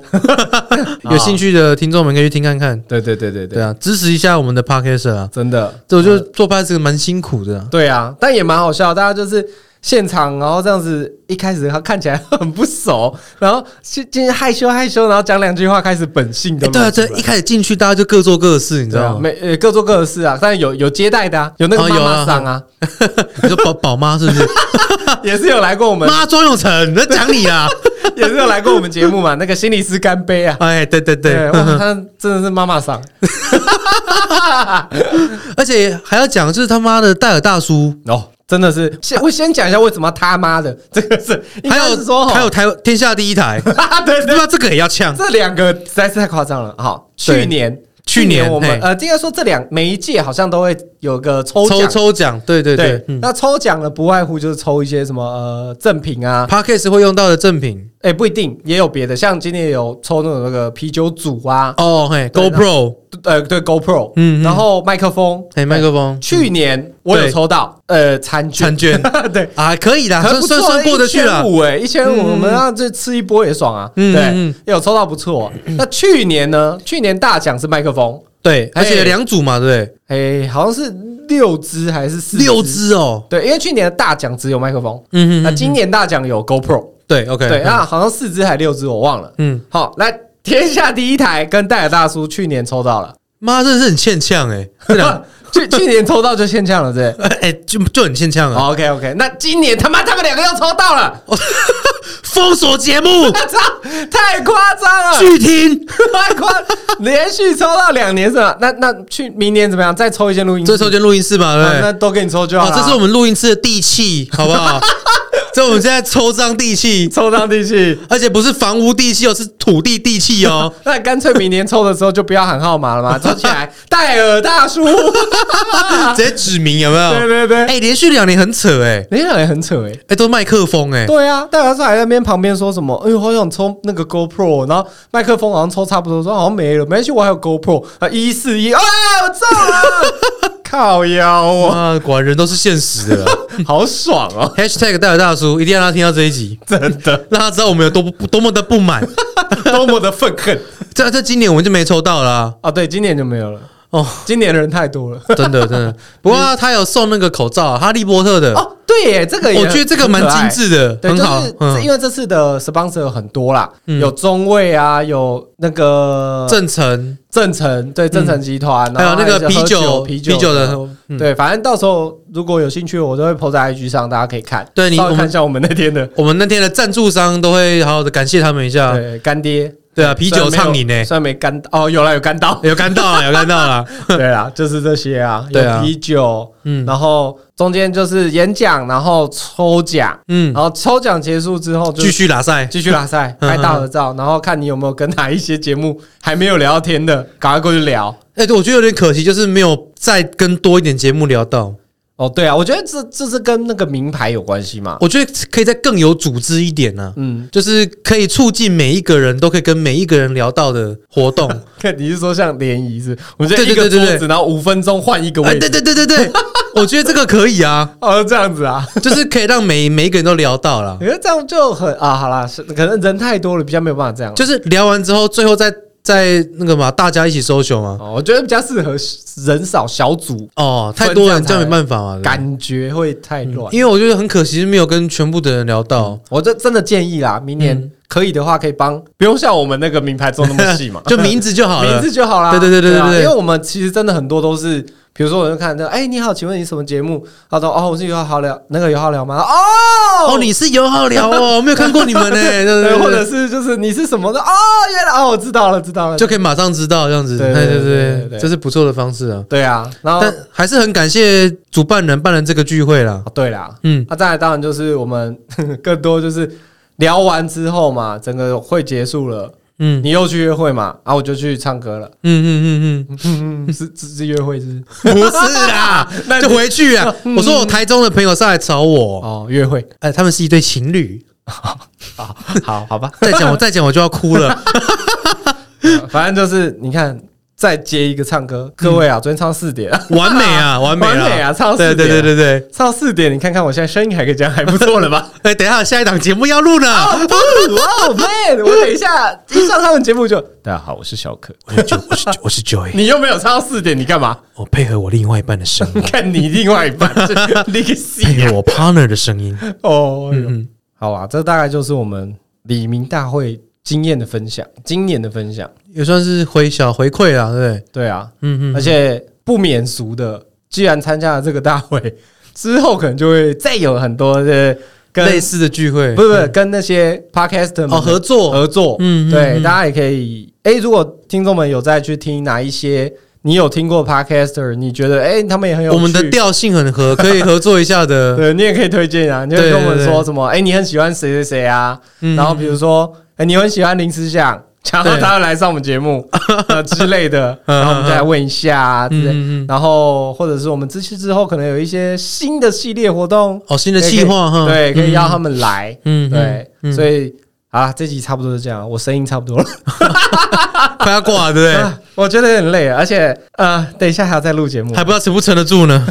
Speaker 1: 有兴趣的听众们可以去听看看。
Speaker 2: 对对对对
Speaker 1: 对
Speaker 2: 对，
Speaker 1: 啊，支持一下我们的 podcast 啊，
Speaker 2: 真的，
Speaker 1: 这我觉得做 podcast 蛮辛苦的啊、
Speaker 2: 对啊，但也蛮好笑，大家就是。现场，然后这样子，一开始他看起来很不熟，然后今今天害羞害羞，然后讲两句话，开始本性
Speaker 1: 哎
Speaker 2: 的、
Speaker 1: 对啊，这一开始进去大家就各做各的事，你
Speaker 2: 你
Speaker 1: 知道吗？
Speaker 2: 每呃各做各的事啊，但有有接待的啊，有那个
Speaker 1: 哦
Speaker 2: 妈
Speaker 1: 有啊
Speaker 2: 妈桑啊，
Speaker 1: [laughs] 你说宝宝妈是
Speaker 2: [laughs]
Speaker 1: 不是？哦
Speaker 2: 也是有来过我们，
Speaker 1: 啊妈庄永成，你在讲你
Speaker 2: [laughs]
Speaker 1: 啊？
Speaker 2: 也是有来过我们节目嘛，那个心理师干杯啊，
Speaker 1: 哎，对对对，
Speaker 2: 哇，他真的是妈妈桑
Speaker 1: [laughs] 而且还要讲，就是他妈的戴尔大叔，
Speaker 2: 哦，真的是先我先讲一下为什么他妈的这个是，应
Speaker 1: 还
Speaker 2: 该
Speaker 1: 有
Speaker 2: 是说
Speaker 1: 还有台天下第一台，
Speaker 2: [laughs] 哈，对
Speaker 1: 他
Speaker 2: 对，
Speaker 1: 妈这个也要呛。
Speaker 2: 这两个实在是太夸张了，好，
Speaker 1: 对
Speaker 2: 去年。
Speaker 1: 去年
Speaker 2: 我们
Speaker 1: 嘿
Speaker 2: 呃，应该说这两每一届好像都会有个抽
Speaker 1: 抽
Speaker 2: 奖，
Speaker 1: 抽奖，对对对
Speaker 2: 对，
Speaker 1: 嗯
Speaker 2: 那抽奖呢不外乎就是抽一些什么呃赠品啊，
Speaker 1: ，Parkes 会用到的赠品
Speaker 2: 哎、不一定，也有别的，像今年也有抽那种那个啤酒组啊，
Speaker 1: 哦，嘿
Speaker 2: 对
Speaker 1: ，GoPro，
Speaker 2: 呃，对，GoPro，
Speaker 1: 嗯嗯
Speaker 2: 嗯，然后麦克风，
Speaker 1: 嘿，哎麦克风
Speaker 2: 去年我有
Speaker 1: 对
Speaker 2: 抽到，呃，餐
Speaker 1: 餐
Speaker 2: 券，
Speaker 1: 券
Speaker 2: [laughs] 对，
Speaker 1: 啊，可以啦，
Speaker 2: 还
Speaker 1: 算
Speaker 2: 不
Speaker 1: 算
Speaker 2: 错，
Speaker 1: 算过得去
Speaker 2: 了
Speaker 1: 啦。，
Speaker 2: 五哎，一千
Speaker 1: 嗯嗯
Speaker 2: 五，
Speaker 1: 嗯
Speaker 2: 我们让这吃一波也爽啊，
Speaker 1: 嗯
Speaker 2: 对
Speaker 1: 嗯，
Speaker 2: 有抽到不错。啊那去年呢？去年大奖是麦克风，
Speaker 1: 对，哎而且
Speaker 2: 嘿
Speaker 1: 两组嘛，对不
Speaker 2: 哎，好像是六支还是四
Speaker 1: 对，六？支哦，
Speaker 2: 对，因为去年的大奖只有麦克风，
Speaker 1: 嗯
Speaker 2: 那
Speaker 1: 嗯，
Speaker 2: 今年大奖有 GoPro，
Speaker 1: 对，OK，
Speaker 2: 对，
Speaker 1: 嗯
Speaker 2: 那好像四支还六支，我忘了。
Speaker 1: 嗯，
Speaker 2: 好，来天下第一台跟戴尔大叔去年抽到了。
Speaker 1: 妈，真的是很欠呛 [laughs] 哎，这两
Speaker 2: [laughs] 去去年抽到就欠呛了，对不对、
Speaker 1: 哎就就很欠呛啊，
Speaker 2: o k OK，那今年他妈他们两个又抽到了，
Speaker 1: 哦封锁节 [laughs] 目
Speaker 2: 我操，太夸张了，
Speaker 1: 拒听，
Speaker 2: 太夸，连续抽到两年是吧？那那去明年怎么样？再抽一间录音室，
Speaker 1: 这时候就录音室嘛，对
Speaker 2: 啊
Speaker 1: 不对
Speaker 2: 那？都给你抽就好
Speaker 1: 啊，
Speaker 2: 了。
Speaker 1: 这是我们录音室的地契，好不 [laughs] 好？这我们现在抽张地契，
Speaker 2: 抽到地契，
Speaker 1: 而且不是房屋地契哦，是土地地契 [laughs] 哦。
Speaker 2: 那干脆明年抽的时候就不要喊号码 [laughs] 了嘛，抽起来戴尔大叔，
Speaker 1: 直接指名有没有？
Speaker 2: [laughs] 对对对
Speaker 1: 哎、连续两年很扯哎、哎、
Speaker 2: 你俩也很扯哎、
Speaker 1: 都麦克风哎、
Speaker 2: 对啊，戴尔大叔还在那边旁边说什么？哎呦，好想抽那个 GoPro，然后麦克风好像抽差不多，说好像没了，没关系，我还有 GoPro 啊，一四一，哎，我中 [laughs] 了，靠腰哦，
Speaker 1: 哇，果然人都是现实的啦。
Speaker 2: [laughs] 好爽哦，
Speaker 1: #hashtag 戴尔大叔一定要让他听到这一集，
Speaker 2: 真的，
Speaker 1: 让他知道我们有多不多么的不满。 [laughs]
Speaker 2: 多么的愤恨
Speaker 1: 这这今年我们就没抽到啦、
Speaker 2: [laughs] 啊！对，今年就没有了，
Speaker 1: 哦，
Speaker 2: 今年人太多了。
Speaker 1: 真的真的。不过啊他有送那个口罩、哈利波特的，
Speaker 2: 哦，对耶，这个也
Speaker 1: 我觉得这个蛮精致的，很
Speaker 2: 很可爱。
Speaker 1: 好。
Speaker 2: 对，就是
Speaker 1: 嗯，
Speaker 2: 因为这次的 sponsor 有很多啦，
Speaker 1: 嗯
Speaker 2: 有中卫啊，有那个
Speaker 1: 正成
Speaker 2: 正成，对正成集团，
Speaker 1: 嗯还有
Speaker 2: 然后
Speaker 1: 那个
Speaker 2: 一些
Speaker 1: 啤
Speaker 2: 喝
Speaker 1: 酒
Speaker 2: 酒啤
Speaker 1: 啤酒的
Speaker 2: 然后
Speaker 1: 嗯
Speaker 2: 对，反正到时候如果有兴趣，我都会 po 在 IG 上，大家可以看。
Speaker 1: 对你
Speaker 2: 稍微
Speaker 1: 我们
Speaker 2: 看一下我们那天的
Speaker 1: 我们那天的赞助商都会好好的感谢他们一下。
Speaker 2: 对干爹，
Speaker 1: 啊对啊，啤酒
Speaker 2: 虽然
Speaker 1: 畅
Speaker 2: 没有
Speaker 1: 饮呢，，
Speaker 2: 虽然没干哦，有啦有干到
Speaker 1: [laughs] 有看到了，有看到了。
Speaker 2: 对啦，就是这些啊，
Speaker 1: 对啊
Speaker 2: 有啤酒，
Speaker 1: 嗯
Speaker 2: 然后中间就是演讲，然后抽奖，
Speaker 1: 嗯
Speaker 2: 然，后抽奖结束之后就
Speaker 1: 继续拉赛，
Speaker 2: 继续拉赛，
Speaker 1: 嗯
Speaker 2: 拍大合照，然后看你有没有跟哪一些节目还没有聊到天的，赶快过去聊。
Speaker 1: 哎、对，我觉得有点可惜，就是没有再跟多一点节目聊到。
Speaker 2: 哦，对啊，我觉得这这是跟那个名牌有关系嘛。
Speaker 1: 我觉得可以再更有组织一点啊呢、
Speaker 2: 嗯，
Speaker 1: 就是可以促进每一个人都可以跟每一个人聊到的活
Speaker 2: [laughs]
Speaker 1: 动。
Speaker 2: 看你是说像联谊是？我觉得
Speaker 1: 对对
Speaker 2: 一个
Speaker 1: 对对
Speaker 2: 桌
Speaker 1: 对
Speaker 2: 子，然后五分钟换一个
Speaker 1: 哎，
Speaker 2: 位
Speaker 1: 对
Speaker 2: 置，
Speaker 1: 对对对对，
Speaker 2: [laughs]
Speaker 1: 我觉得这个可以啊，
Speaker 2: 哦，这样子啊。
Speaker 1: 就是可以让每每一个人都聊到
Speaker 2: [laughs]
Speaker 1: 啦。
Speaker 2: 可是这样就很啊，好啦，是可能人太多了，比较没有办法这样。
Speaker 1: 就是聊完之后，最后再再那个嘛，大家一起搜寻嘛。
Speaker 2: 哦，我觉得比较适合人少小组，
Speaker 1: 哦，太多人
Speaker 2: 分
Speaker 1: 这
Speaker 2: 这样才
Speaker 1: 样没办法嘛，对
Speaker 2: 感觉会太乱。
Speaker 1: 因为我觉得很可惜是没有跟全部的人聊到，，
Speaker 2: 嗯我这真的建议啦，明年可以的话，可以帮，嗯不用像我们那个名牌做那么细嘛
Speaker 1: 就名字就好
Speaker 2: 嗯 [laughs] 名
Speaker 1: 了
Speaker 2: 字。就好啦。
Speaker 1: 对对对对
Speaker 2: 啊
Speaker 1: 对对
Speaker 2: 因为我们其实真的很多都是，比如说我就看到，哎，你好，请问你什么节目？他说，哦，我是有好聊，那个有好聊吗？哦，
Speaker 1: 哦，你呃是友好聊
Speaker 2: [laughs]
Speaker 1: 哦，没有看过你们呢，对对
Speaker 2: 对，
Speaker 1: 对，
Speaker 2: 或者是就是你是什么的？哦，原来哦，我知道了，知道了，
Speaker 1: 就可以马上知道这样子。
Speaker 2: 对
Speaker 1: 对
Speaker 2: 对
Speaker 1: 对
Speaker 2: 对对
Speaker 1: 对
Speaker 2: 对对
Speaker 1: 这是不错的方式啊。
Speaker 2: 对啊。然后
Speaker 1: 但还是很感谢主办人办了这个聚会啦。
Speaker 2: 哦对啦，
Speaker 1: 嗯，
Speaker 2: 那再来当然就是我们 [laughs] 更多就是聊完之后嘛，整个会结束了，
Speaker 1: 嗯
Speaker 2: 你又去约会嘛，啊然后我就去唱歌了，
Speaker 1: 嗯嗯嗯
Speaker 2: 嗯， [laughs] 是是是约会是
Speaker 1: 嗯，不是 [laughs] 啦，
Speaker 2: 那你
Speaker 1: 就回去啊。我说我台中的朋友上来找我，
Speaker 2: 哦，约会
Speaker 1: 哎，他们是一对情侣。
Speaker 2: 啊， [laughs] 好好吧，
Speaker 1: [laughs] 再讲我再讲我就要哭了。
Speaker 2: [laughs] 反正就是你看。再接一个唱歌。各位啊，昨天唱四点啊， [laughs]
Speaker 1: 完美啊， [laughs] 完美啊，
Speaker 2: 完美啊超
Speaker 1: 对
Speaker 2: 四
Speaker 1: 对
Speaker 2: 点
Speaker 1: 对对
Speaker 2: 啊
Speaker 1: 对。
Speaker 2: 唱四点，你看看我现在声音还可以这样，还不错了吧？
Speaker 1: 哎，等一下，下一档节目要录呢。
Speaker 2: 哇 [laughs] 哦，man！我等一下一上他们节目就，大家好，我是小可。
Speaker 1: 我是 Jo- 我是 Jo- 我是 Joy，
Speaker 2: 你又没有唱到四点，你干 [laughs] 嘛？
Speaker 1: 我配合我另外一半的声 [laughs] 音，
Speaker 2: 看你另外一 [laughs] 半，那个戏
Speaker 1: 配合我 partner 的声音。
Speaker 2: 哦。哎哎呦好啊，这大概就是我们李明大会经验的分享，今年的分享。
Speaker 1: 也算是回小回馈啦，对不对？
Speaker 2: 对啊，
Speaker 1: 嗯嗯，
Speaker 2: 而且不免俗的，既然参加了这个大会之后，可能就会再有很多的跟
Speaker 1: 类似的聚会，
Speaker 2: 不是不是跟那些 podcaster 们
Speaker 1: 嗯哦合作
Speaker 2: 合作，
Speaker 1: 嗯嗯
Speaker 2: 对，
Speaker 1: 嗯
Speaker 2: 大家也可以。哎，如果听众们有再去听哪一些你有听过 podcaster，你觉得哎他们也很有趣
Speaker 1: 我们的调性很合，可以合作一下的。
Speaker 2: 对你也可以推荐啊，你就跟我们
Speaker 1: 对对
Speaker 2: 说
Speaker 1: 对
Speaker 2: 什么？哎、你很喜欢谁谁谁啊？
Speaker 1: 嗯
Speaker 2: 然后比如说，哎、你很喜欢林思想，想到
Speaker 1: 对
Speaker 2: 他要来上我们节目呃 [laughs] 之
Speaker 1: [laughs]
Speaker 2: 类的，
Speaker 1: 嗯
Speaker 2: 然后我们再来问一下啊之类。
Speaker 1: 嗯嗯嗯
Speaker 2: 然后或者是我们之之后可能有一些新的系列活动，
Speaker 1: 哦，新的
Speaker 2: 可以
Speaker 1: 计划哈，
Speaker 2: 对，可以邀他
Speaker 1: 们。
Speaker 2: 们来。
Speaker 1: 嗯，
Speaker 2: 对，
Speaker 1: 嗯
Speaker 2: 所以啊，这集差不多是这样，我声音差不多了。
Speaker 1: 快要挂了，对不
Speaker 2: 啊 [laughs] 我觉得有点累，而且呃，等一下还要再录节目
Speaker 1: 对？还，不知道撑不撑得住呢。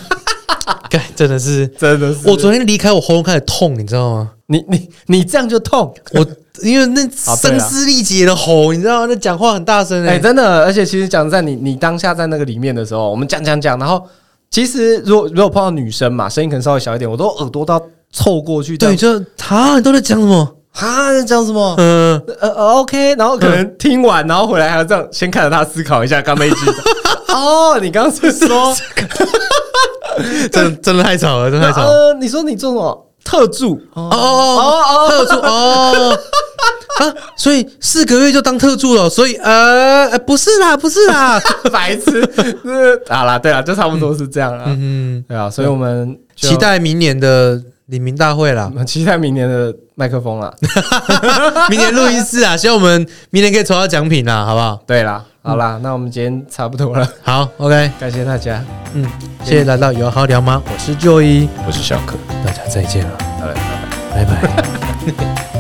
Speaker 1: 干，真的是，
Speaker 2: 真的是
Speaker 1: 我昨天离开我喉咙开始痛，你知道吗？
Speaker 2: 你你你这样就痛。
Speaker 1: 我因为那声嘶力竭的吼，你知道吗？那讲话很大声
Speaker 2: 哎、
Speaker 1: 哎，
Speaker 2: 真的，而且其实讲实在你你当下在那个里面的时候，我们讲讲讲，然后其实如果如果碰到女生嘛，声音可能稍微小一点，我都耳朵都要凑过去这
Speaker 1: 对，
Speaker 2: 样，
Speaker 1: 就啊，你都在讲什么？
Speaker 2: 啊，在讲什么？
Speaker 1: 嗯，
Speaker 2: 呃呃，OK，然后可能听完，然后回来还要这样，先看着他思考一下刚那一句。
Speaker 1: [laughs]
Speaker 2: 哦，你刚刚是说，
Speaker 1: 真的真的太吵了，真的太吵了。
Speaker 2: 呃，你说你做什么特助？
Speaker 1: 哦哦哦，特助哦。啊，所以四个月就当特助了，所以呃，呃不是啦，不是啦，
Speaker 2: 白痴， [laughs] 呃好啦，对啦，就差不多是这样啦。
Speaker 1: 嗯，
Speaker 2: 对啊，所以我们就
Speaker 1: 期待明年的李明大会啦
Speaker 2: 我，们期待明年的麦克风 [laughs] 啦。
Speaker 1: [laughs] 明年录一次啊，希望我们明年可以抽到奖品啦，好不好？
Speaker 2: 对啦，好啦，那我们今天差不多了，
Speaker 1: 好，OK，
Speaker 2: 感谢大家。
Speaker 1: 嗯，谢谢来到有好聊吗？我是 Joy，
Speaker 2: 我是小可，
Speaker 1: 大家再见了，
Speaker 2: 拜拜。
Speaker 1: 啊拜拜。